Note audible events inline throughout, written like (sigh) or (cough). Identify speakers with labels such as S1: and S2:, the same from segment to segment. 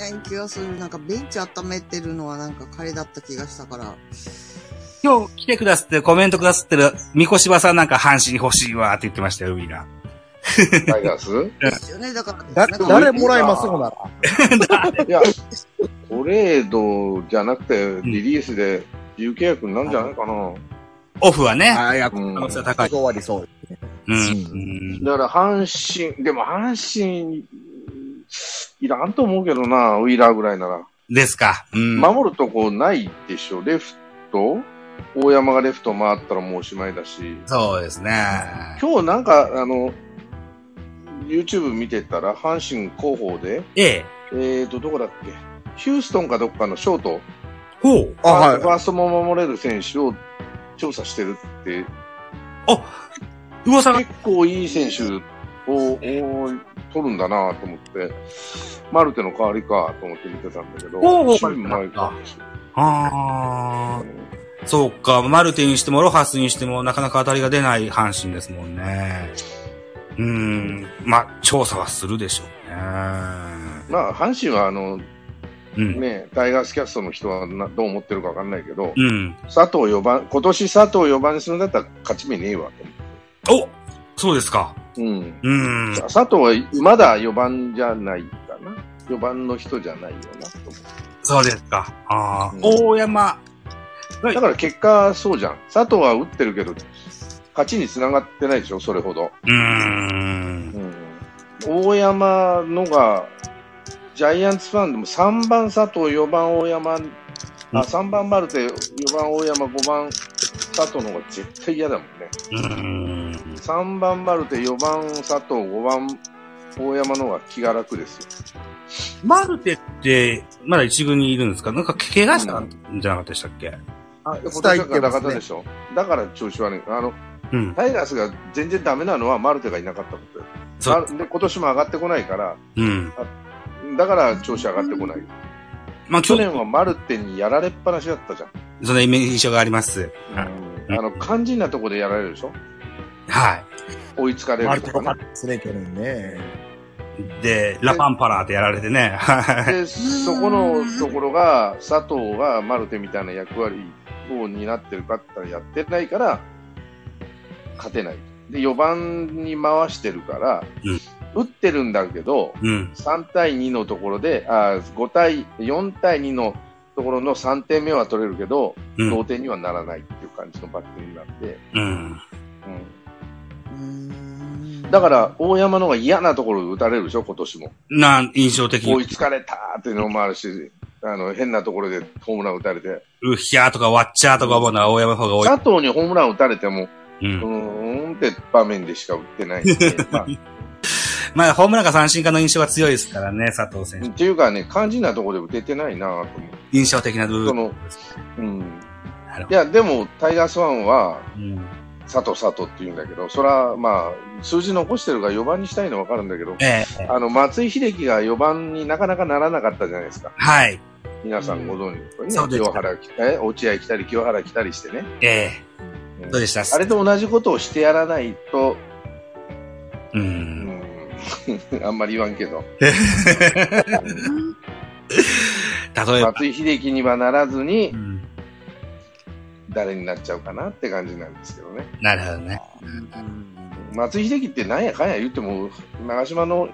S1: ない気がする。なんかベンチ温めてるのはなんか彼だった気がしたから。
S2: 今日来てくださって、コメントくださってる、三越ばさんなんか阪神欲しいわって言ってましたよ、みんな。
S3: タイガース
S1: ですよね。だから、
S4: だ
S1: なんか
S4: 誰もらいますほなら。
S3: いや、トレードじゃなくて、リリースで自由契約になるんじゃないかな。
S2: オフはね。
S4: ああ、いや、こ
S3: うん
S2: 可能性は高い。
S4: こはありそう。
S2: うん。う
S4: うん
S2: ん
S3: だから阪神、でも阪神、いらんと思うけどな、ウィーラーぐらいなら。
S2: ですか。うん。
S3: 守るとこないでしょ、レフト大山がレフト回ったらもうおしまいだし。
S2: そうですね。
S3: 今日なんか、あの、YouTube 見てたら、阪神広報で、
S2: ええ。
S3: えーと、どこだっけヒューストンかどっかのショート、
S2: ほう。
S4: あ、は
S3: ファーストも守れる選手を調査してるって、
S2: あ、噂が、
S3: 結構いい選手を、お取るんだなと思って、マルテの代わりかと思って見てたんだけど、
S2: おうおう
S3: チーム前かもしれない
S2: ああ、そうか。マルテにしてもロハスにしてもなかなか当たりが出ない阪神ですもんね。うん。まあ、調査はするでしょう
S3: まあ、阪神はあの、
S2: ね。うん。
S3: ね、タイガースキャストの人はなどう思ってるかわかんないけど、
S2: うん。
S3: 佐藤4番、今年佐藤4番にするんだったら勝ち目ねえわと思
S2: おそうですか。
S3: う。うん。
S2: うん。
S3: 佐藤はまだ4番じゃないかな。4番の人じゃないよなと思
S2: そうですか。ああ、
S3: うん
S2: 大山。
S3: う。だから結果そうじゃん。佐藤は打ってるけど、勝ちにつながってないでしょ、それほど。
S2: うーん。
S3: うん。大山のが、ジャイアンツファンでも3番佐藤、4番大山、あ、3番マルテ、4番大山、5番佐藤の方が絶対嫌だもんね。
S2: うーん。
S3: 3番マルテ、4番佐藤、5番大山の方が気が楽ですよ。
S2: マルテって、まだ一軍にいるんですかなんか、怪我したんじゃなかったでしたっけ
S3: あ、今
S4: スタ
S3: 年
S4: イ
S3: は
S4: ってますね
S3: 中田でしょ。だから調子悪い。あの、
S2: うん。
S3: タイガースが全然ダメなのはマルテがいなかったこと
S2: そ
S3: だよ。まで、今年も上がってこないから、
S2: うん。
S3: だから調子上がってこない。
S2: まあ、去
S3: 去
S2: 年
S3: 年はマルテにやられっぱなしだったじゃん。
S2: そのイメージ印象があります。
S3: うんあの、肝心なとこでやられるでしょ
S2: は
S3: 追いつかれ
S4: マ
S3: る
S4: ルテ
S3: と
S4: ロ
S3: か
S4: カ
S3: な。
S4: ッですね、去年ね。
S2: い。で、ラパンパラーってやられてね。はい。
S3: で、そこのところが、佐藤がマルテみたいな役割を担ってるかって言ったらやってないから、勝てない。で、4番に回してるから、打ってるんだけど、
S2: うん。
S3: 3対2のところで、あ5対、4対2のところの3点目は取れるけど、
S2: うん
S3: 同点にはならないっていう感じのバッティングになって、
S2: うん。
S3: う
S1: うーん
S3: ん、だか、ら、大山の方が嫌なところで打たれるでしょ、今年も。
S2: なん、印象的
S3: 追
S2: に
S3: い。つかれたっていうのもあるし、あの、変なところでホームラン打たれて、
S2: うひゃーとかわっちゃーとか思うのは大山の方が多い。
S3: 佐藤にホームラン打たれても、
S2: う
S3: うー
S2: ん。
S3: んって場面でしか打ってないんで、まあ
S2: まあ、ホームランか三振かの印象が強いですからね、佐藤選手。
S3: っていうかね、肝心なところで打ててないなと思う。
S2: 印象的な部
S3: そ
S2: 分。
S3: の、うん
S2: なるほ。
S3: いや、でも、タイガースファンは、
S2: うん。
S3: 佐藤佐藤って言うんだけど、それはまあ、数字残してるから4番にしたいのはわかるんだけど、
S2: ええ。
S3: あの、松井秀喜が4番になかなかならなかったじゃないですか。
S2: はい。
S3: 皆さんご存知ですかね。
S2: そうです
S3: 清原来たり、落合来たり、清原来たりしてね。
S2: ええ。
S3: うん
S2: どうでした
S3: あれと同じことをしてやらないと、
S2: う。
S3: うん (laughs) ん、あんまり言わんけど、うん
S2: 例えば、
S3: 松井秀喜にはならずに
S2: う、ん
S3: 誰になっちゃうかなって感じなんですけどね。
S2: なるほどね。
S3: 松井秀喜ってなんやかんや言っても、長島の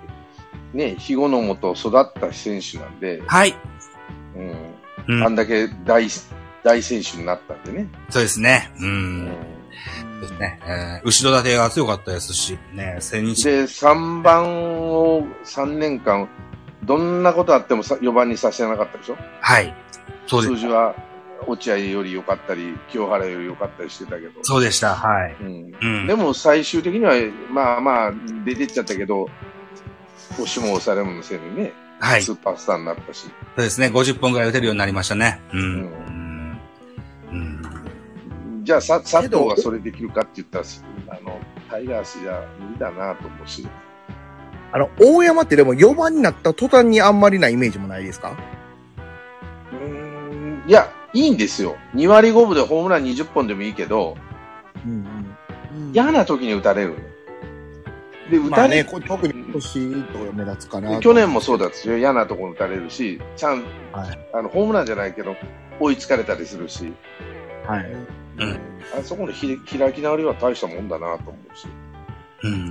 S3: ね、肥後のもと育った選手なんで、
S2: はい。
S3: うん、
S2: うん
S3: あんだけ大大選手になったんでね。
S2: そうですね。う
S3: うん
S2: ん。そうですね。えー後ろ盾が強かったですし、ね、千日。
S3: で、3番を3年間、どんなことあっても4番にさせなかったでしょ
S2: はい。そう
S3: 数
S2: で
S3: 字は落合より良かったり、清原より良かったりしてたけど。
S2: そうでした。はい。
S3: うん
S2: うん。
S3: でも最終的には、まあまあ、出てっちゃったけど、押しも押されもせずね、
S2: はい。
S3: ス
S2: そ
S3: ーパースターになったし、
S2: うですね。50本ぐらい打てるようになりましたね。うん。
S3: う
S2: うん。うん
S3: じゃあさ佐藤がそれできるかって言ったら、あの、タイガースじゃ無理だなと思うし、
S4: あの、大山ってでも4番になった途端にあんまりなイメージもないですか
S3: うーんいや、いいんですよ。2割5分でホームラン20本でもいいけど、
S4: うんうん。
S1: うん
S3: 嫌な時に打たれるので、打
S4: まあ
S3: た
S4: ね、
S3: れ、
S4: こ特に年とか目立つかな。
S3: 去年もそうだったよ。嫌なところ打たれるし、ちゃん、
S4: はい
S3: あの、ホームランじゃないけど、追いつかれたりするし、
S4: はい。
S2: うん
S3: あそこのひ開き直りは大したもんだなと思うし。
S2: うん。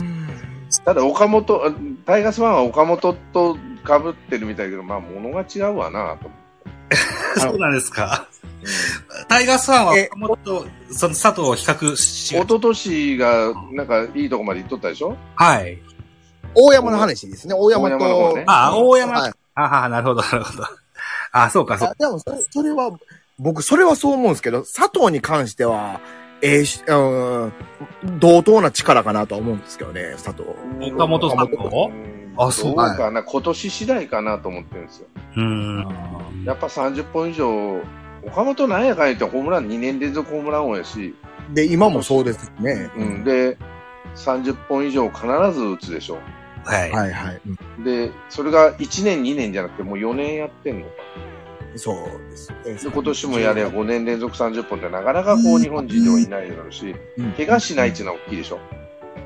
S1: うん
S3: ただ、岡本、あタイガースファンは岡本と被ってるみたいだけど、まあ、物が違うわなと思
S2: そうなんですか。タイガースファンは
S4: え
S2: もっと、その佐藤を比較し
S3: う。一、昨年が、なんか、いいとこまで行っとったでしょ
S2: はい。
S4: 大山の話ですね。大山と。
S3: 大山の方ね
S2: あ、大山。
S4: はい
S2: あはは、なるほど、なるほど。あ、そうか、そう
S4: あでもそ、それは、僕、それはそう思うんですけど、佐藤に関しては、ええし、うん、同等な力かなとは思うんですけどね、佐藤。
S2: 岡本さんも
S3: うん
S2: あそう
S3: どうかな、今年次第かなと思ってるんですよ。
S2: うーん。
S3: やっぱ30本以上、岡本なんやかんやってホームラン2年連続ホームラン王やし、
S4: で、今もそうですしね。
S3: うん、で、30本以上必ず打つでしょ。
S2: はい。
S4: はいはい。うん
S3: で、それが1年、2年じゃなくてもう4年やってんのか。
S4: そうですね。
S3: で、今年もやれば5年連続30本ってなかなかこう日本人ではいないだろうし、
S4: うん
S3: 怪我しないっていうのは大きいでしょ。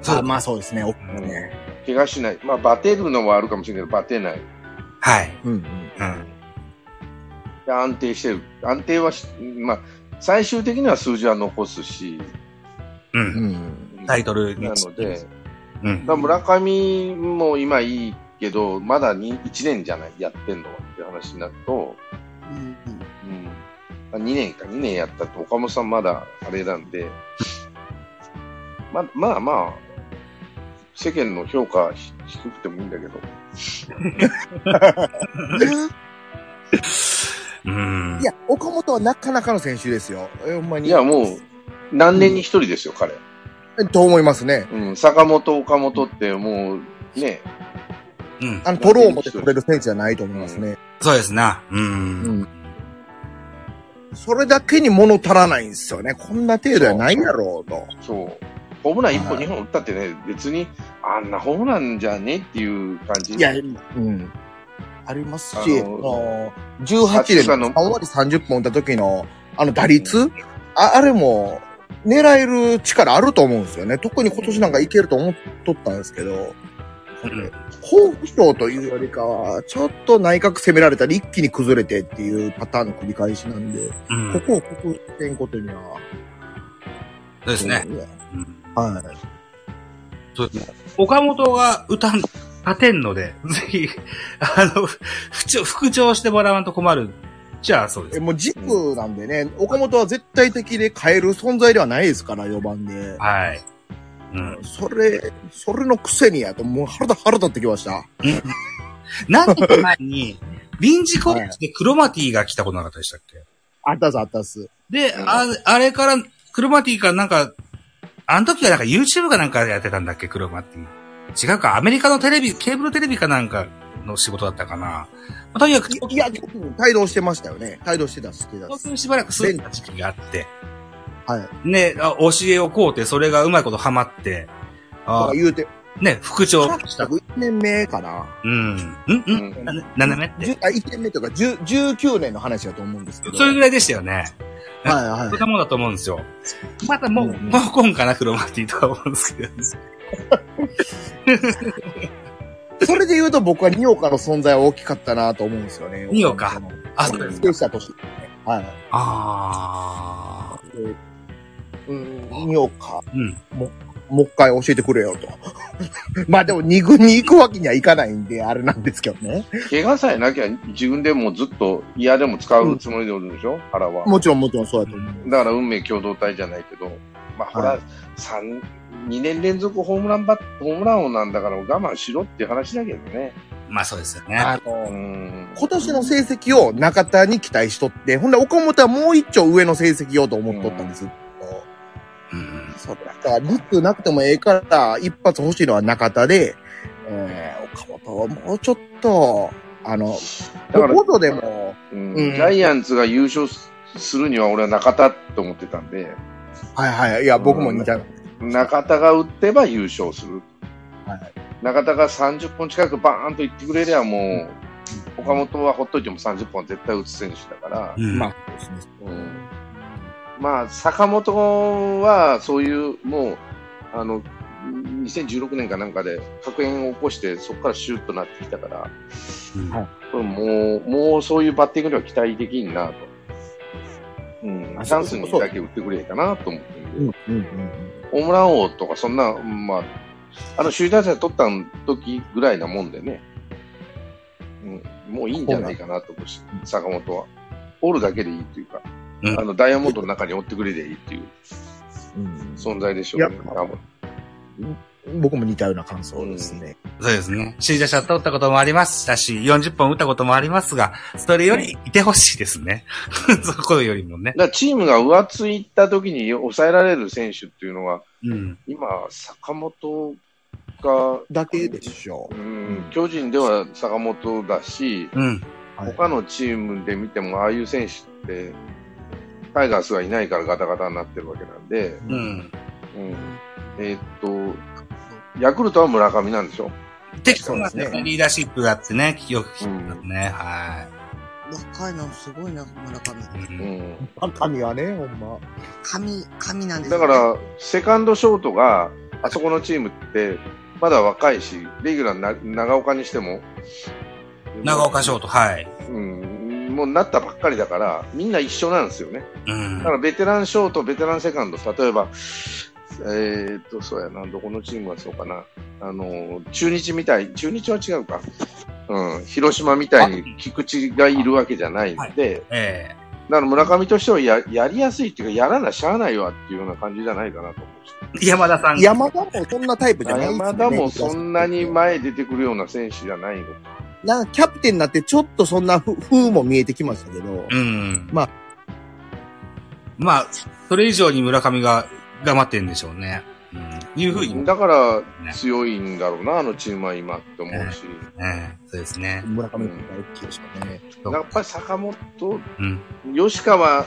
S2: そう
S4: あまあそうですね。大きいね。
S3: 怪我しない。まあ、バテるのはあるかもしれないけど、バテない。
S2: はい。
S4: うんうん。
S2: うん。
S3: で安定してる。安定はし、まあ、最終的には数字は残すし、
S2: う。
S4: うんん。
S2: タイトルに
S3: なので、
S2: うん。
S3: だから村上も今いいけど、まだに1年じゃない、やってんのはっていう話になると、
S1: うんうん
S3: うんあ、2年か、2年やったって、岡本さんまだあれなんで、ままあまあ、世間の評価ひ低くてもいいんだけど、
S2: うん
S4: い。や、岡本はなかなかの選手ですよ。えほんまに。
S3: いやもう、何年に一人ですよ、彼。
S4: う。と思いますね。
S3: うん、坂本、岡本ってもう、ね、
S2: うん。
S4: あの、取ろう思って取れる選手じゃないと思いますね。
S2: そうですな。う。
S4: うんん。それだけに物足らないんですよね。こんな程度はないやろうと。
S3: そう、ホームラン1本、
S4: はい
S3: 2本打ったってね、別に、あんなホームランじゃねっていう感じ
S4: いや、うん。ありますし、
S3: あ
S4: あの
S3: の
S4: 18
S3: あ
S4: での
S3: の
S4: 3割30本打った時の、あの打率ああれも、狙える力あると思うんですよね。特に今年なんかいけると思っとったんですけど、
S2: うん
S4: ホークショーというよりかは、ちょっと内角攻められたり一気に崩れてっていうパターンの繰り返しなんで、
S2: うん。
S4: こ
S2: そう
S4: こを克服してんことには。
S2: ですね。うん
S4: はい。
S2: そうですね。岡本が歌ん、立てんので、 (laughs) ぜひ、あの、復調、復調してもらわんと困る。じゃあ、そうで
S4: え、
S2: す。
S4: もうジップなんでね、岡本は絶対的で変える存在ではないですから、4番で。
S2: はい。うん。
S4: それ、それのくせにやと、もう腹立腹立ってきました。
S2: 何年か前に、臨時コーチでクロマティが来たことなかったでしたっけ
S4: あったっす、あったっす。
S2: で、ああれから、クロマティかなんか、あの時はなんか YouTube かなんかやってたんだっけ、クロマティ。違うか、アメリカのテレビ、ケーブルテレビかなんかの仕事だったかな。まあ、とにかく、
S4: いいや、帯同してましたよね。帯同してたっす、してたっ
S2: 東
S4: す。
S2: 京しばらく住んだ時期があって、
S4: は
S2: ね、あ教えをこうて、それがうまいことハマって、あ
S4: い。言うて、
S2: ね、復調した。
S4: 1年目かな。
S2: うん。うん
S3: う
S2: うん
S3: ん
S2: な斜めって。
S4: 10あ1年目というか、10 19年の話だと思うんですけど。
S2: それぐ
S4: はい
S2: らいでしたよね。
S4: はい
S2: そん。なもんだと思うんですよ。またもう、
S4: うん
S2: もう今かな、クロマティとは思うんですけど。
S4: それで言うと僕は二岡の存在は大きかったなと思うんですよね。
S2: 二岡
S4: 岡の。
S2: あ、そうです
S4: スペースした年。はい。
S2: あ
S4: でうん、二岡、
S2: ー。うん。
S4: もう一回教えてくれよと。 (laughs) まあでも二軍に行くわけにはいかないんで、あれなんですけどね。
S3: 怪我さえなきゃ自分でもうずっと嫌でも使うつもりでおるでしょ、原は。
S4: もちろんもちろんそうだと思う。
S3: だから運命共同体じゃないけど、まあほ
S4: は
S3: ら、三2年連続ホームランバッホームラン王なんだから我慢しろっていう話だけどね。
S2: まあそうですよね。
S4: あ
S3: う
S4: の、
S3: ん。
S4: 今年の成績を中田に期待しとって、ほんで岡本はもう一丁上の成績をと思っとったんです。
S2: うん。
S4: そうだから、リックなくてもええから、一発欲しいのは中田で、えー、岡本はもうちょっと、あの、
S3: だから
S4: ここぞでも、
S3: うん
S4: うん
S3: ジャイアンツが優勝すするには俺は中田と思ってたんで、
S4: はいはい、いや、僕も似たよう
S3: 中田が打ってば優勝する。
S4: は
S3: 中田が30本近くバーンといってくれりゃもう、岡本はほっといても30本絶対打つ選手だから、
S2: うん。
S4: まあ、そうですね
S3: うんまあ、坂本は、そういう、もう、あの2016年かなんかで確変を起こしてそこからシュッとなってきたから
S2: うん
S4: はい
S3: これもうもうそういうバッティングでは期待できんなと、うん、
S4: あ
S3: チャ
S4: そう
S3: ンスにだけ打ってくれへんかなと思ってるんで
S4: うんうんうん。
S3: ホームラン王とかそんな、うんまあ、あの首位打者取った時ぐらいなもんでね、うん、もういいんじゃないかなと思うし、坂本は。おるだけでいいというか、
S2: うん
S3: あのダイヤモンドの中に追ってくれでいいっていう
S4: うん
S3: 存在でしょうね
S4: いや。
S3: 多分
S4: 僕も似たような感想ですね。
S2: そうですね。首位打者取ったこともありましたし、40本打ったこともありますが、それよりいてほしいですね。 (laughs) そこよりもね
S3: だ。からチームが上ついた時に抑えられる選手っていうのは、
S2: うん。
S3: 今、坂本が、
S4: だけでしょ
S3: う
S4: う。
S3: ん、巨人では坂本だし、
S2: うん。
S4: はい
S3: 他のチームで見ても、ああいう選手って、タイガースがいないからガタガタになってるわけなんで、
S2: うん。
S3: うん、えーっと、ヤクルトは村上なんでしょ、
S2: 適当なんです
S4: そうです
S2: ね。
S4: ね
S2: リーダーシップがあってね、よく聞きますね。は
S1: 若いのすごいな、村上。
S2: い。う
S3: うんん、
S4: 神はね、ほんま。
S1: 神、神なんです
S3: だ
S1: よ
S3: か
S1: ね、
S3: ら、セカンド、ショートが、あそこのチームって、まだ若いし、レギュラーな長岡にしても、
S2: 長岡翔と、はい。
S3: うん、もうなったばっかりだから、みんな一緒なんですよね。
S2: うん
S3: だか。らベテランショート、ベテランセカンド、例えば、えーっと、そうやな、どこのチームはそうかな、あの、中日みたい、中日は違うか、うん、広島みたいに菊池がいるわけじゃないんで、
S2: え
S3: だから村上としてはややりやすいっていうか、やらなしゃあないわっていうような感じじゃないかなと思うし。
S2: え山田さん。
S4: 山田もそんなタイプじゃないですね
S3: 山田もそんなに前出てくるような選手じゃないのか。
S4: なんかキャプテンになってちょっとそんなふ風も見えてきましたけど、
S2: うん。
S4: まあ。
S2: まあ、それ以上に村上が頑張ってんでしょうね。うん。いうふうに。
S3: だから強いんだろうな、あのチームは今って思うし。
S2: ええそうですね。
S4: 村上君が大きいでしょうね。
S2: うん
S3: やっぱり坂本、
S2: うん。
S3: 吉川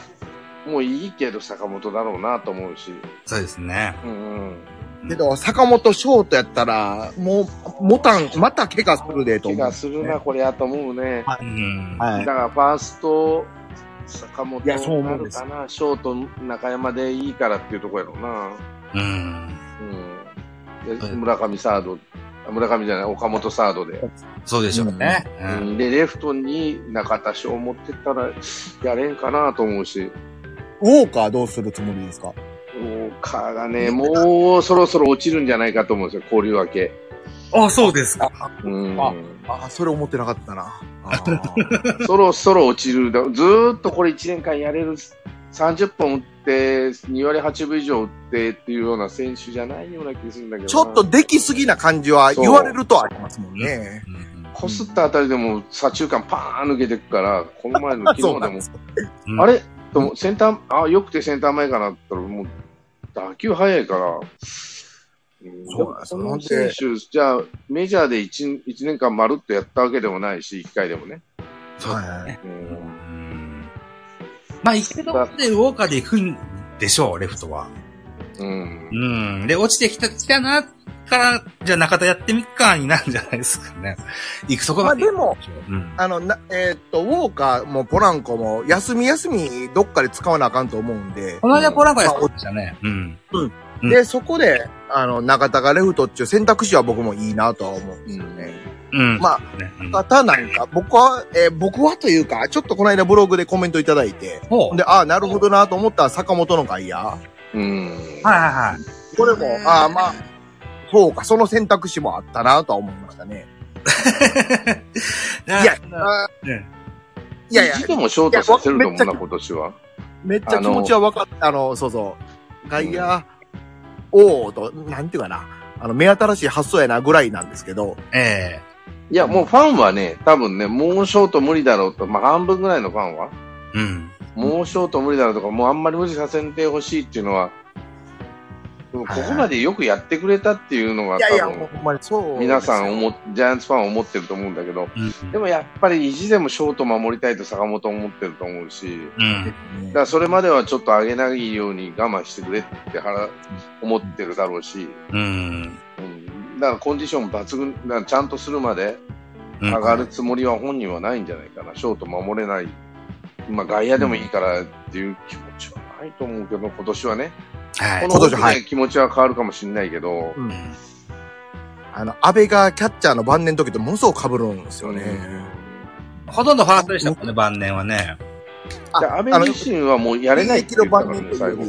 S3: もいいけど坂本だろうなと思うし。
S2: そうですね。
S3: うんうん。
S4: けど、坂本翔とやったら、もう、もたん、また怪我するでと
S3: 気
S4: 思う
S3: が。するな、これやと思うね。
S2: うん。
S4: は
S3: だ
S4: い。
S3: からファースト、坂本
S4: いやそう
S3: に
S4: 思
S3: な
S4: うん
S3: る
S4: です
S3: かな、ショート、中山でいいからっていうところやろうな。
S2: うん。
S3: うんで
S2: はい
S3: 村上サード、あ村上じゃない、岡本サードで。
S2: そうでしょうね。うん。
S3: で、レフトに中田翔を持ってったら、やれんかなと思うし、
S4: ウォーカーどうするつもりですか
S3: カーがね、もうそろそろ落ちるんじゃないかと思うんですよ、交流明け。
S2: あ、そうですか。
S3: うん
S4: あああ、それ思ってなかったな。あー
S3: そろそろ落ちるだ、ずーっとこれ1年間やれる、30本打って、2割8分以上打ってっていうような選手じゃないような気がするんだけどな、
S4: (laughs) ちょっとできすぎな感じは言われるとはありますもんね。
S2: うん
S3: こすったあたりでも左中間パーン抜けてくから、この前の昨
S4: そ
S3: 日で
S4: うなんで
S3: も
S4: す。
S2: うん
S3: あれともセンター、あ、よくてセンター前かなって言ったら、もう、打球速いから、うん
S4: そうなんです
S3: こ
S4: よ
S3: の選手、じゃあ、メジャーで 1, 1年間まるっとやったわけでもないし、1回でもね。
S2: そうだね。
S3: う
S2: うんんまあ、一回どこでウォーカーで行くんでしょう、レフトは。
S3: うん
S2: うん。で、落ちてきた、来たな、から、じゃあ中田やってみっか、になるんじゃないですかね。 (laughs) 行くそこ
S4: ま
S2: ま
S4: あ
S2: で。
S4: でも、
S2: うん。
S4: あの、なえーっと、ウォーカーもポランコも休み休みどっかで使わなあかんと思うんで
S2: こ、の間ポランコやってましたね。うん。うん
S4: で、そこで、あの、中田がレフトっていう選択肢は僕もいいなとは思うんですよね。
S2: うん。
S4: まあ、
S2: ねうん
S4: 中田なんか、僕は、えー僕はというか、ちょっとこの間ブログでコメントいただいて、
S2: ほう。
S4: で、ああ、なるほどなと思ったら坂本の外野。
S3: うん。
S2: はいはいはい。
S4: これも、ああ、まあ、そうか、その選択肢もあったなとは思いましたね。
S2: いや
S4: いやい
S3: い
S4: やいや
S3: 意、地でもショートさせると思うな、今年は。
S4: めっちゃ気持ちは分かった。あの、そうそう。外野、おおと、なんていうかな。あの、目新しい発想やなぐらいなんですけど、
S2: ええ。
S3: いや、もうファンはね、多分ね、もうショート無理だろうと、まあ半分ぐらいのファンは、
S2: うん。
S3: もうショート無理だろうとか、もうあんまり無理させんでほしいっていうのは、でもここまでよくやってくれたっていうのが、
S4: いやいや、
S3: 多
S4: もう
S3: 分、
S4: ほんまにそう。
S3: 皆さん思っ、ジャイアンツファンは思ってると思うんだけど、
S2: うん
S3: でもやっぱり意地でもショート守りたいと坂本思ってると思うし、
S2: うん。
S3: だからそれまではちょっと上げないように我慢してくれって腹思ってるだろうし、
S2: うん。
S3: うん、だからコンディション抜群、だからちゃんとするまで
S2: うん
S3: 上がるつもりは本人はないんじゃないかな、ショート守れない、まあ、外野でもいいからっていう気持ちはないと思うけど、今年はね、
S2: は
S3: こ
S2: い
S3: の。方
S4: 今年は
S3: が
S4: い
S3: 気持ちは変わるかもしれないけど、
S4: う
S2: うんん
S4: あの、安倍がキャッチャーの晩年の時とものすごく被るんですよね。
S2: ほとんどファーストでしたもんね、晩年はね。
S3: で安倍自身はもうやれないって言ったからね、最後。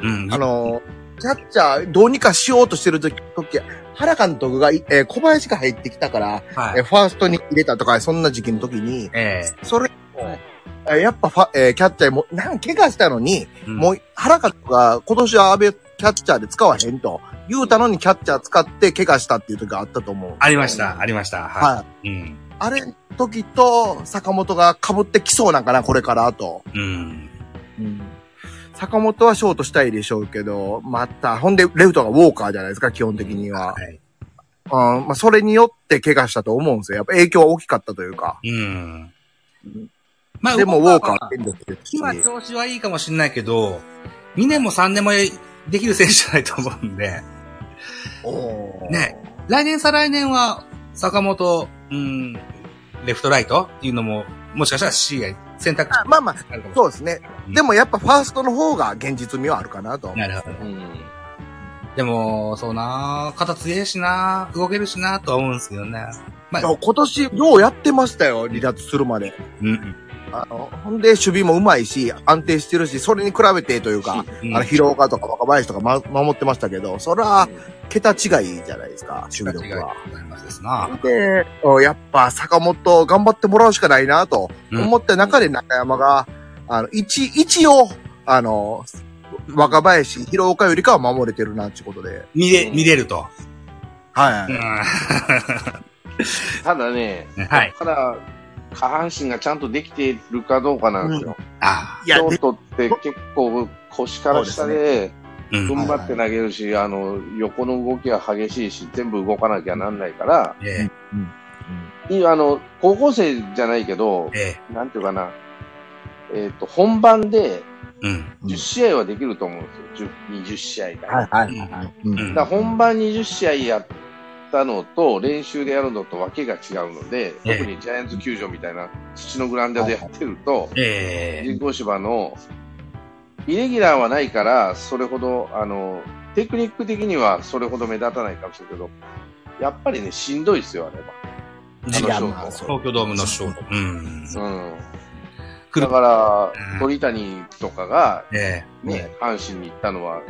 S2: うん。
S4: あの、キャッチャーどうにかしようとしてる時、時原監督がい、えー小林が入ってきたから、
S2: は
S4: えー
S2: い。
S4: ファーストに入れたとか、そんな時期の時に、
S2: え
S4: それ以降、えーやっぱファ、えーキャッチャーも、なん怪我したのに、
S2: え。うん
S4: もう原監督が今年は安倍キャッチャーで使わへんと、言うたのにキャッチャー使って怪我したっていう時があったと思う。
S2: ありました、ありました。は
S4: はい。
S2: い。うん。
S4: あれの時と坂本が被ってきそうなんかな、これからと。
S2: うん。
S4: 坂本はショートしたいでしょうけど、また、ほんで、レフトがウォーカーじゃないですか、基本的には。
S2: はい。
S4: うん、まあ、それによって怪我したと思うんですよ。やっぱ影響は大きかったというか。
S2: うん。ま
S4: でも、ウォーカーは
S2: は
S4: 変力ですし。
S2: 今調子はいいかもしれないけど、2年も3年もできる選手じゃないと思うんで、ね来年再来年は坂本、うん、レフトライトっていうのも、もしかしたら C が選択肢
S4: あまあまあ、
S2: になるかもし
S4: そうですね。でもやっぱファーストの方が現実味はあるかなと
S2: れ。ない。なるほど。
S3: うん
S2: でも、そうな肩強いしな動けるしなとは思うんですけどね。ま
S4: いや今年、ようやってましたよ、離脱するまで。
S2: うん。
S4: あの、ほんで、守備もうまいし、安定してるし、それに比べてというか、
S2: うん
S4: あの、広岡とか若林とか、ま、守ってましたけど、そら、桁違いじゃないですか、守備
S2: 違い
S4: 力
S2: が
S4: は。
S2: ありますですな。
S4: で、おやっぱ坂本頑張ってもらうしかないなと思った中で中山が、あの、一、一応、あの、若林、広岡よりかは守れてるなってことで。
S2: 見れ、見れると。
S4: はい。
S3: ただね、
S2: (laughs) はい。
S3: ただ、下半身がちゃんとできているかどうかなんですよ。
S2: あ
S4: いや、
S3: 京
S4: で
S3: 都って結構腰から下で
S2: あ。う
S3: 踏
S2: ん
S3: ん。張って投げるし、あの、横の動きが激しいし、全部動かなきゃなんないから、
S2: え
S3: いあの、高校生じゃないけど
S2: え。、え
S3: なんていうかな、えっ、と、本番
S2: え。
S3: で
S2: うん。
S3: 10試合はできると思うんですよ。10 20試合から。
S4: はい
S3: だか
S4: はいはい。うん
S2: うん
S3: ら本番20試合やったのと、練習でやるのとわけが違うので、
S2: ええ
S3: 特にジャイアンツ球場みたいな土のグラウンドでやってると、
S2: ええ。
S3: 人工芝の、イレギュラーはないから、それほど、あの、テクニック的にはそれほど目立たないかもしれないけど、やっぱりね、しんどいですよ、あれ
S2: 自
S4: いや
S2: 分
S4: まあそう
S2: 東京ドームのショート。うん。
S3: は。うん。
S2: 来
S3: だ
S2: る
S3: か
S2: うん
S3: ら、鳥谷とかが、
S2: え
S3: ね、阪神に行ったのは、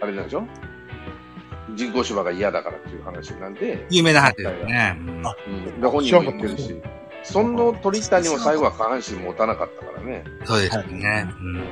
S3: あれなんでしょ人工芝が嫌だからっていう話なんで
S2: え、有名な話ですね。うん
S3: うん、で本人も言ってるし、その鳥谷も最後は下半身持たなかったからね。
S2: そうですよね。う。
S3: うんん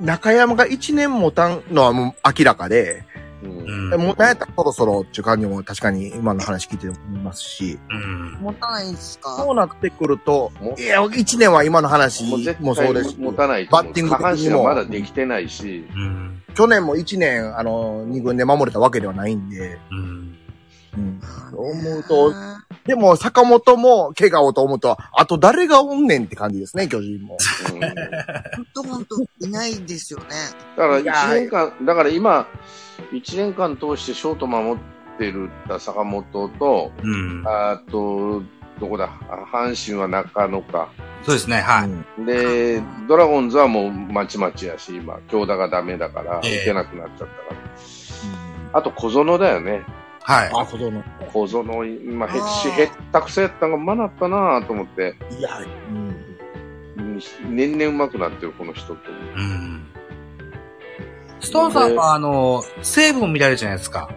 S4: 中山が1年もたんのはもう明らかで、
S3: うん
S2: うん。
S4: もうなんやったらそろそろっていう感じも確かに今の話聞いて思いますし、
S2: うん。
S1: 持たないんすか
S4: そうなってくると
S3: も、
S4: いや、1年は今の話
S3: もう絶
S4: もそうです
S3: 対
S4: し
S3: 持たないと思
S4: バッ
S3: う。
S4: ティング
S3: 下
S4: 的に
S3: 半
S4: も
S3: 身がまだできてないし、
S2: うん。
S4: 去年も1年、あの、2軍で守れたわけではないんで、
S2: うん。
S4: うん、思うと、でも坂本も怪我をと思うと、あと誰がおんねんって感じですね、巨人も。
S3: うんだか
S1: ほんとほんといないですよね。
S3: ら
S4: (laughs) いやー
S3: 1年間、だから今、1年間通してショート守ってる坂本と、
S2: うん。
S3: あと、どこだ、あ阪神は中野か。
S2: そうですね。はい。
S4: うん
S3: で、ドラゴンズはもうまちまちやし、今、京田がダメだから、
S2: ええ
S3: 打てなくなっちゃったから。あと小園だよね。
S2: はい。
S4: あ、小園。
S3: 小園、今、へっし、
S1: あー
S3: へったくそやったんがうまなったなぁと思って、
S4: いや、うん。
S3: うん年々うまくなってる、この人って。
S2: うん。ストーンさんは、あの、西武も見られるじゃないですか。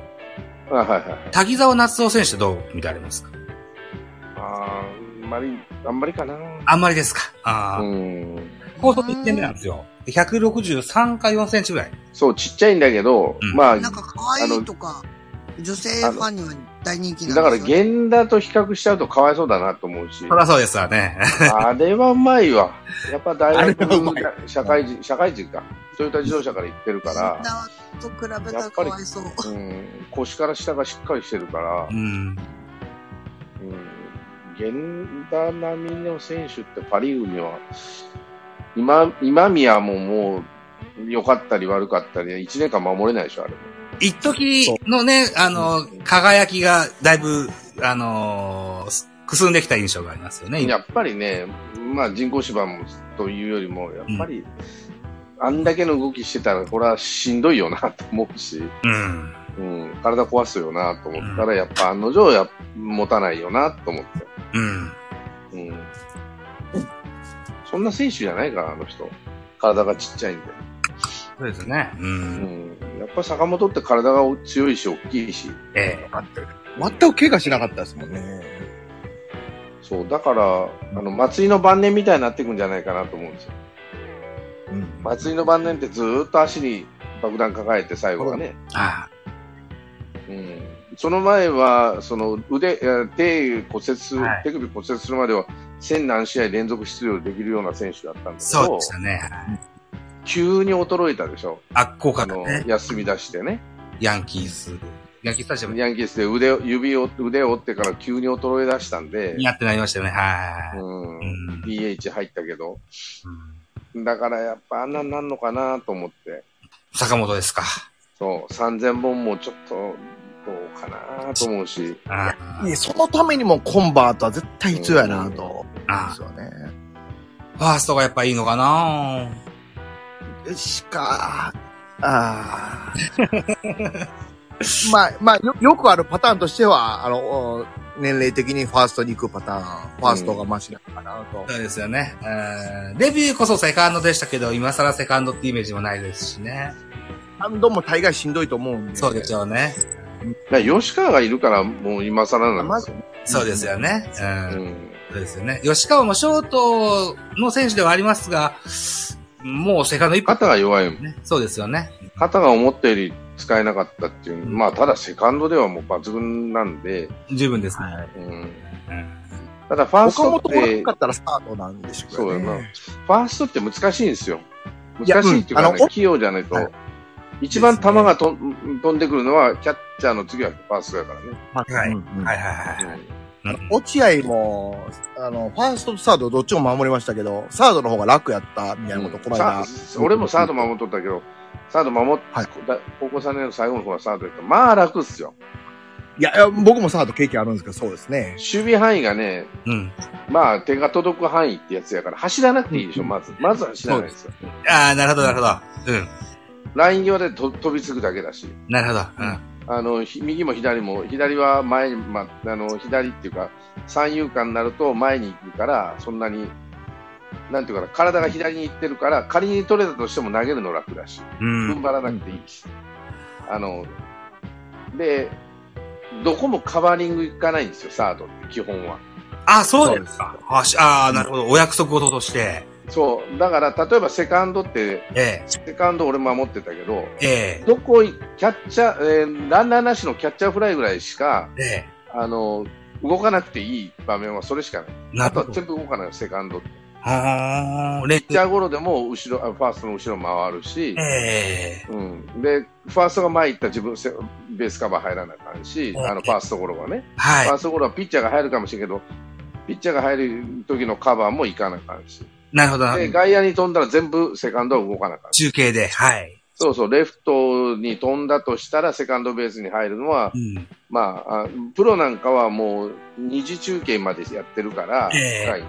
S3: あはいはいはい。
S2: 滝沢夏夫選手ってどう見られますか
S3: あーあんまり、あんまりかな。
S2: あんまりですか。あ
S3: う
S2: あ。
S3: ん。
S2: 高速1点目なんですよ。163か4センチぐらい。
S3: そう、ちっちゃいんだけど、
S2: うん
S3: まあ、
S1: なん
S3: だ
S1: か可愛いとか、女性ファンには大人気な
S3: か
S1: ん
S3: ら
S1: ですよ、ね。
S3: 源田と比較しちゃうとかわいそうだなと思うし
S2: そ、りゃそうですわ (laughs) ね。
S3: あれはうまいわ。やっぱ大
S4: あれはうまい
S3: 学、社会人、社会人か。トヨタ自動車から行ってるから、
S1: と比べたらかわいそう。
S3: うん、腰から下がしっかりしてるから
S2: う、ん。
S3: うん、源田並みの選手ってパリーグには、今、今宮ももう、良かったり悪かったり、1年間守れないでしょ、あれも。
S2: 一時のね、あの、輝きがだいぶ、あのーくすんできた印象がありますよね。
S3: やっぱりね、まあ、人工芝もというよりも、やっぱり、あんだけの動きしてたら、これはしんどいよなと思うし、
S2: うん。
S3: うん、体壊すよなと思ったら、やっぱ案の定や、持たないよなと思って。
S2: うん。
S3: うん。そんな選手じゃないから、あの人。体がちっちゃいんで。
S2: そうですね。う。
S3: うんん。やっぱ坂本って体が強いし、大きいし。
S2: ええ。
S5: 全く怪我しなかったですもんね。
S3: そう、だから、あの、松井の晩年みたいになっていくんじゃないかなと思うんですよ。
S5: うん。
S3: 松井の晩年ってずーっと足に爆弾抱えて最後はね。
S2: あ
S3: うん。その前は、その腕、えー手骨折する
S2: はい
S3: 手首骨折するまでは、千何試合連続出場できるような選手だったんだ
S2: あ、
S3: け
S2: そう
S3: ど
S2: でし、たね。
S3: 急に衰えたでしょ。
S2: 悪効
S3: あ
S2: 果が
S3: の
S2: ね、。
S3: 休み出してね。
S2: ヤンキース。ヤンキースタジアムに
S3: ヤンキースで腕を、指を、腕を折ってから急に衰え出したんで、
S2: やってなりましたよね。は
S3: う
S2: い。
S3: ん
S2: うん。
S3: DH 入ったけど、だからやっぱあんなんなんのかなと思って、
S2: 坂本ですか。
S3: そう、3000本もちょっと、どうかなと思うし、
S2: ああ
S5: ねそのためにもコンバートは絶対必要やなと思うんで
S2: あ
S5: すよね。
S2: あファーストがやっぱいいのかな
S5: しか、ああ。
S4: (laughs) まあ、まあよ、よくあるパターンとしては、あの、お年齢的にファーストに行くパターン、ファーストがマシなのかなと。
S2: そうですよね。うんデビューこそセカンドでしたけど、今更セカンドってイメージもないですしね。
S4: 何度も大概しんどいと思うんで。
S2: そうでしょうね。
S3: だから吉川がいるからもう今更なん
S4: ま
S3: で
S4: ず
S3: すよ。
S2: そうですよね。うん
S3: うん
S2: そうですよね。吉川もショートの選手ではありますが、もうセカンド一発
S3: 肩が弱い、
S2: ね。そうですよね。
S3: 肩が思ったより使えなかったっていう、
S2: うん
S3: まあただセカンドではもう抜群なんで、
S2: 十分ですね。
S3: うん、
S2: うん
S3: ただファース
S4: 岡
S3: トっ
S4: 本がな
S3: て、
S4: かったらスタートなんでしょうけどね。
S3: そうやなファーストって難しいんですよ。
S4: いや
S3: 難しいっていうか、
S4: う
S3: ね
S4: んあの
S3: 器用じゃないと、
S4: はい
S3: 一番球がとん飛んでくるのは、キャッチャーの次はファーストだからね。
S2: はい
S4: うんうん
S2: はいはいはい。うん
S4: 落合も、あの、ファーストとサードどっちも守りましたけど、サードの方が楽やったみたいなこと、この
S3: さ
S4: 間。
S3: 俺もサード守っとったけど、サード守っ、
S4: はい
S3: だ高校3年の最後の方はサードやったまあ楽っすよ。
S4: いや、いや僕もサード経験あるんですけど、そうですね。
S3: 守備範囲がね、
S2: うん。
S3: まあ手が届く範囲ってやつやから、走らなくていいでしょ、まず。まず走らないですよ。
S2: ああ、なるほど、なるほど。うん。
S3: ライン際でと飛びつくだけだし。
S2: なるほど。うん。
S3: あのひ右も左も、左は前に、ま、あの左っていうか、三遊間になると前に行くから、そんなに、なんていうかな、体が左に行ってるから、仮に取れたとしても投げるの楽だし、
S2: うん
S3: 踏ん張らなくていいし、あので、どこもカバーリング行かないんですよ、サードって、基本は。
S2: あ、そうですか。あしあー、なるほど。お約束事として。
S3: そう、だから例えばセカンドって、
S2: え
S3: セカンド俺守ってたけど、
S2: え、え
S3: どこい、キャッチャー、えーランナーなしのキャッチャーフライぐらいしか、
S2: え、ええ。
S3: あの、動かなくていい場面はそれしかない。
S2: な
S3: あ
S2: る
S3: と
S2: ほ
S3: は
S2: ど。
S3: 全部動かない、セカンドって。ピ
S2: はーん。レッ
S3: ッチャーゴロでも後ろ、あファーストの後ろ回るし
S2: え、え。
S3: うん。で、ファーストが前行ったら自分、セベースカバー入らなあかんし、
S2: はい
S3: あの、ファーストゴロはね。
S2: はい
S3: ファー。ストゴロはピッチャーが入るかもしれんけど、ピッチャーが入る時のカバーも行かなあかんし。
S2: なるほど。
S3: で、外野に飛んだら全部セカンドは動かなあかん。
S2: 中継で。はい。
S3: そうそう、レフトに飛んだとしたら、セカンドベースに入るのは
S2: う、ん。
S3: まあ、あプロなんかはもう二次中継までやってるから、
S2: ええ
S3: 深いん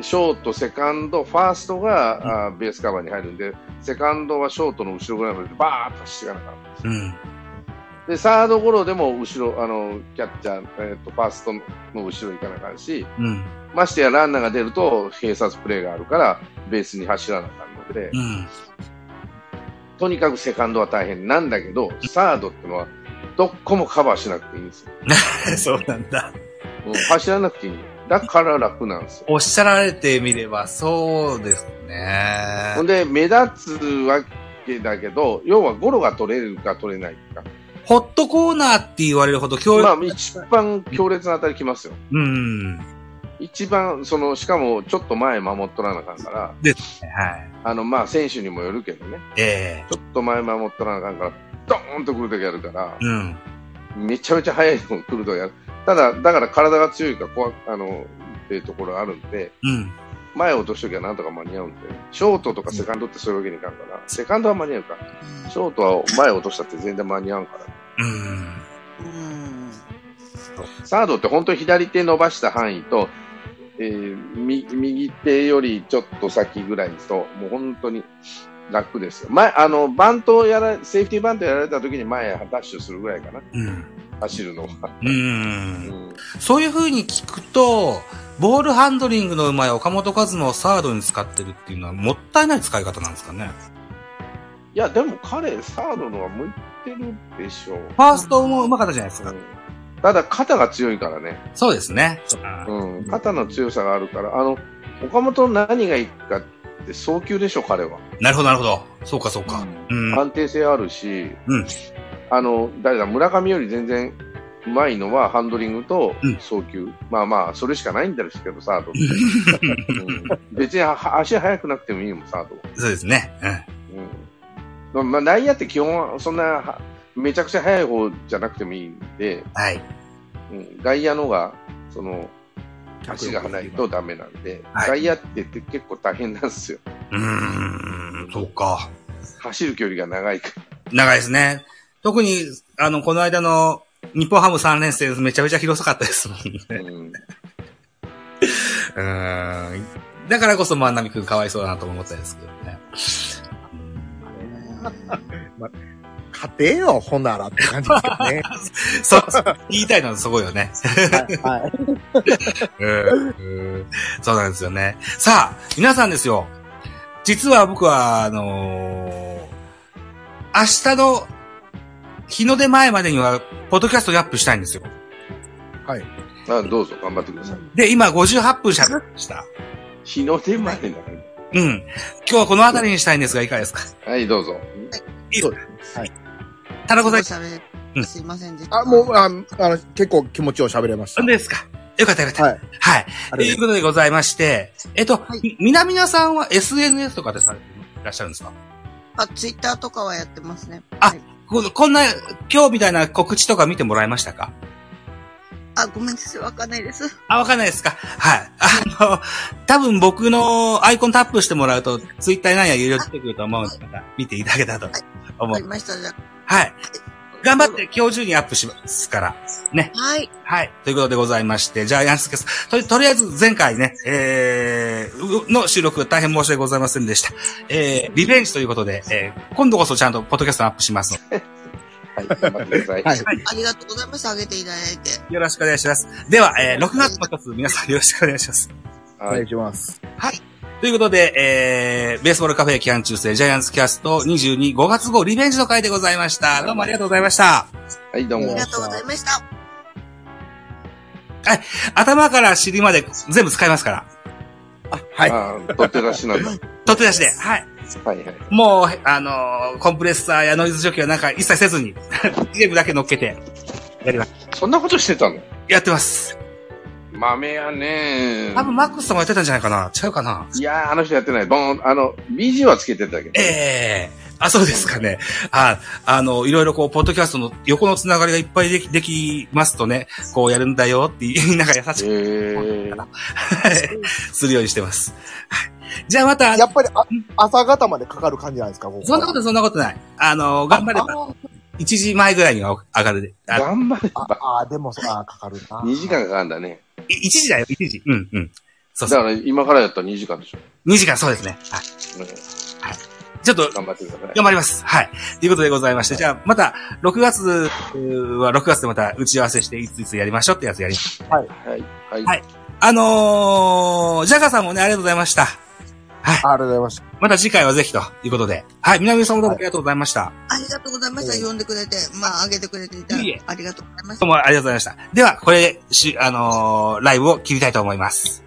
S3: で、ショート、セカンド、ファーストが、あベースカバーに入るんで、セカンドはショートの後ろぐらいまでバーッと走っていかなかったんです
S2: う
S3: よ。
S2: ん。
S3: で、サードゴロでも後ろ、あの、キャッチャー、えっ、と、ファーストの後ろ行かなあかんし、
S2: うん。
S3: ましてやランナーが出ると、併殺プレーがあるから、ベースに走らなあかんので、
S2: うん。
S3: とにかくセカンドは大変なんだけど、サードってのは、どっこもカバーしなくていいんですよ。
S2: そうなん (laughs) だ。
S3: うん走らなくていいの。だから楽なんですよ。
S2: おっしゃられてみれば、そうです
S3: ほ
S2: ね
S3: ん。で、目立つわけだけど、要はゴロが取れるか取れないか。
S2: ホットコーナーって言われるほど強
S3: まあ
S2: 力、。
S3: 一番強烈な当たりきますよ。
S2: うん。は
S3: 一番、その、しかも、ちょっと前守っとらなあかんから、
S2: い。
S3: あの、まあ、選手にもよるけどね、
S2: ええ。
S3: ちょっと前守っとらなあかんから、ドーンと来るときあるから、
S2: うん。
S3: めちゃめちゃ速いの来るときある。ただ、だから体が強いか、怖あの、っていうところあるんで、
S2: うん。
S3: 前を落としときゃなんとか間に合うんで、ショートとかセカンドってそういうわけにいかんから、セカンドは間に合うか。ショートは前落としたって全然間に合うから。
S2: うん。
S1: うん。
S3: サードって本当に左手伸ばした範囲と、えーみ右手よりちょっと先ぐらいにと、もう本当に楽ですよ。前、あの、バントをやられ、セーフティーバントやられた時に前ダッシュするぐらいかな、
S2: うん。
S3: 走るのは。
S2: う。
S3: うんん
S2: そういう風に聞くと、ボールハンドリングのうまい岡本和真をサードに使ってるっていうのはもったいない使い方なんですかね。
S3: いや、でも彼、サードのは向いてるでしょう。
S2: ファーストもうまかったじゃないです
S3: う
S2: か。
S3: んただ、肩が強いからね。
S2: そうですね。
S3: うん。肩の強さがあるから、あの、岡本の何がいいかって、早球でしょ、彼は。
S2: なるほど、なるほど。そうか、そうか。うん。
S3: 安定性あるし、
S2: うん
S3: あの、誰だ、村上より全然うまいのはハンドリングと
S2: うん
S3: 送球。まあまあ、それしかないんですけど、サードって。
S2: (laughs)
S3: うん別には足速くなくてもいいもん、サードは。
S2: そうですね。
S3: うん。まあ、内野って基本はそんなは、めちゃくちゃ速い方じゃなくてもいいんで、
S2: うん。はい。
S3: うん、外野のが、その、足が速いとダメなんで、
S2: はい
S3: 外野ってって結構大変なんですよ。
S2: うーん、そうか。
S3: 走る距離が長いから。
S2: 長いですね。特に、あの、この間の日本ハム3連戦めちゃめちゃ広かったですもんね。 (laughs)
S3: うん
S2: うーん。だからこそ万波くんかわいそうだなとも思ったんですけどね。
S4: 勝てよ、ほんならって感じですけどね。
S2: そう、言いたいのはすごいよね。
S4: はいはい。
S2: うんうんそうなんですよね。さあ、皆さんですよ。実は僕は、あのー明日の日の出前までには、ポッドキャストをアップしたいんですよ。
S3: あどうぞ、頑張ってください。
S2: で、今58分喋りました。
S3: 日の出までだから。
S2: うん。今日はこの辺りにしたいんですが、いかがですか
S3: はい、どうぞ。
S2: 田中さ
S1: すご
S2: ん、い
S1: い喋
S2: う
S1: れ
S2: ん
S1: すいませんでした。
S4: あ、もう、ああの、結構気持ちを喋れました
S2: か。ですかよかったよかった。
S4: はい。
S2: はい。と
S4: あれ
S2: いうことでございまして、えっと、
S1: はい
S2: み南野さんは SNS とかでされていらっしゃるんですか
S1: あ、ツイッターとかはやってますね。
S2: あ
S1: はい
S2: ここんな、今日みたいな告知とか見てもらいましたか
S1: あ、ごめんなさい。わかんないです。
S2: あ、わかんないですかはい。あの、多分僕のアイコンタップしてもらうと、ツイッターなんや有料出てくると思うんですから、見ていただけたらと思
S1: わか
S2: う
S1: り。ました。じゃあ
S2: はい。頑張って今日中にアップしますから。
S1: はい。
S2: はい。ということでございまして、じゃあ、ヤンスケさん、と、とりあえず前回ね、えー、の収録大変申し訳ございませんでした。えー、リベンジということで、えー、今度こそちゃんとポッドキャストアップしますの
S3: はい、頑張ってください。
S4: はい
S1: ありがとうございました。あげていただいて。
S2: で、よろしくお願いします。では、えー、6月の一つ、皆さんよろしくお願いします。
S4: お
S3: は
S4: 願
S3: い
S4: い、します。
S2: ということで、えー、ベースボールカフェ期間中世ジャイアンツキャスト22、5月号リベンジの回でございました。どうもありがとうございました。
S3: はい、どう
S1: あ
S3: も
S1: り。がとうございました。
S2: 頭から尻まで全部使いますから。
S4: はい。
S3: あー取って出しなんだ。
S2: 取って出して、はい。
S3: はい、はい。
S2: もう、あのーコンプレッサーやノイズ除去はなんか一切せずに、 (laughs) ゲームだけ乗っけて、やります。
S3: そんなことしてたの
S2: やってます。
S3: 豆やね
S2: 多分マックスさんもやってたんじゃないかな違うかない
S3: やー、あの人やってない。ボーン、あの、BG はつけてたけど。
S2: ええあ、そうですかね。あ、あの、いろいろこう、ポッドキャストの横のつながりがいっぱいでき、できますとね、こうやるんだよって、なんか優しく
S3: え
S2: するようにしてます。はい。じゃあまた
S4: や、っぱり、あ朝方までかかる感じなんですか、ここ
S2: そんなことそんなことない。あの、頑張れば、
S4: あ
S2: 1時前ぐらいには上がるで。あ
S3: 頑張れ。
S4: ああ、でもさ、あかかるな。
S3: 2時間かかるんだね。
S2: 1時だよ、1時。うん、うん。そうそ
S3: だから今からやったら2時間でしょ。
S2: う。2時間、そうですね。はい。
S3: うん
S2: ちょっと、
S3: 頑張ってください。
S2: 頑張ります。はい。ということでございまして、じゃあ、また、6月は6月でまた打ち合わせして、いついつやりましょうってやつやります。
S3: はい。はい。
S2: はいあのー、ジャガーさんもね、ありがとうございました。
S4: あありがとうございました。
S2: また次回はぜひということで。はい、南さんもどうもありがとうございました。
S1: ありがとうございました。呼んでくれて、まあ、あげてくれていただ
S2: いいえ
S1: ありがとうございまし
S2: ど
S1: た
S2: う。もありがとうございました。では、これで、しあのー、ライブを切りたいと思います。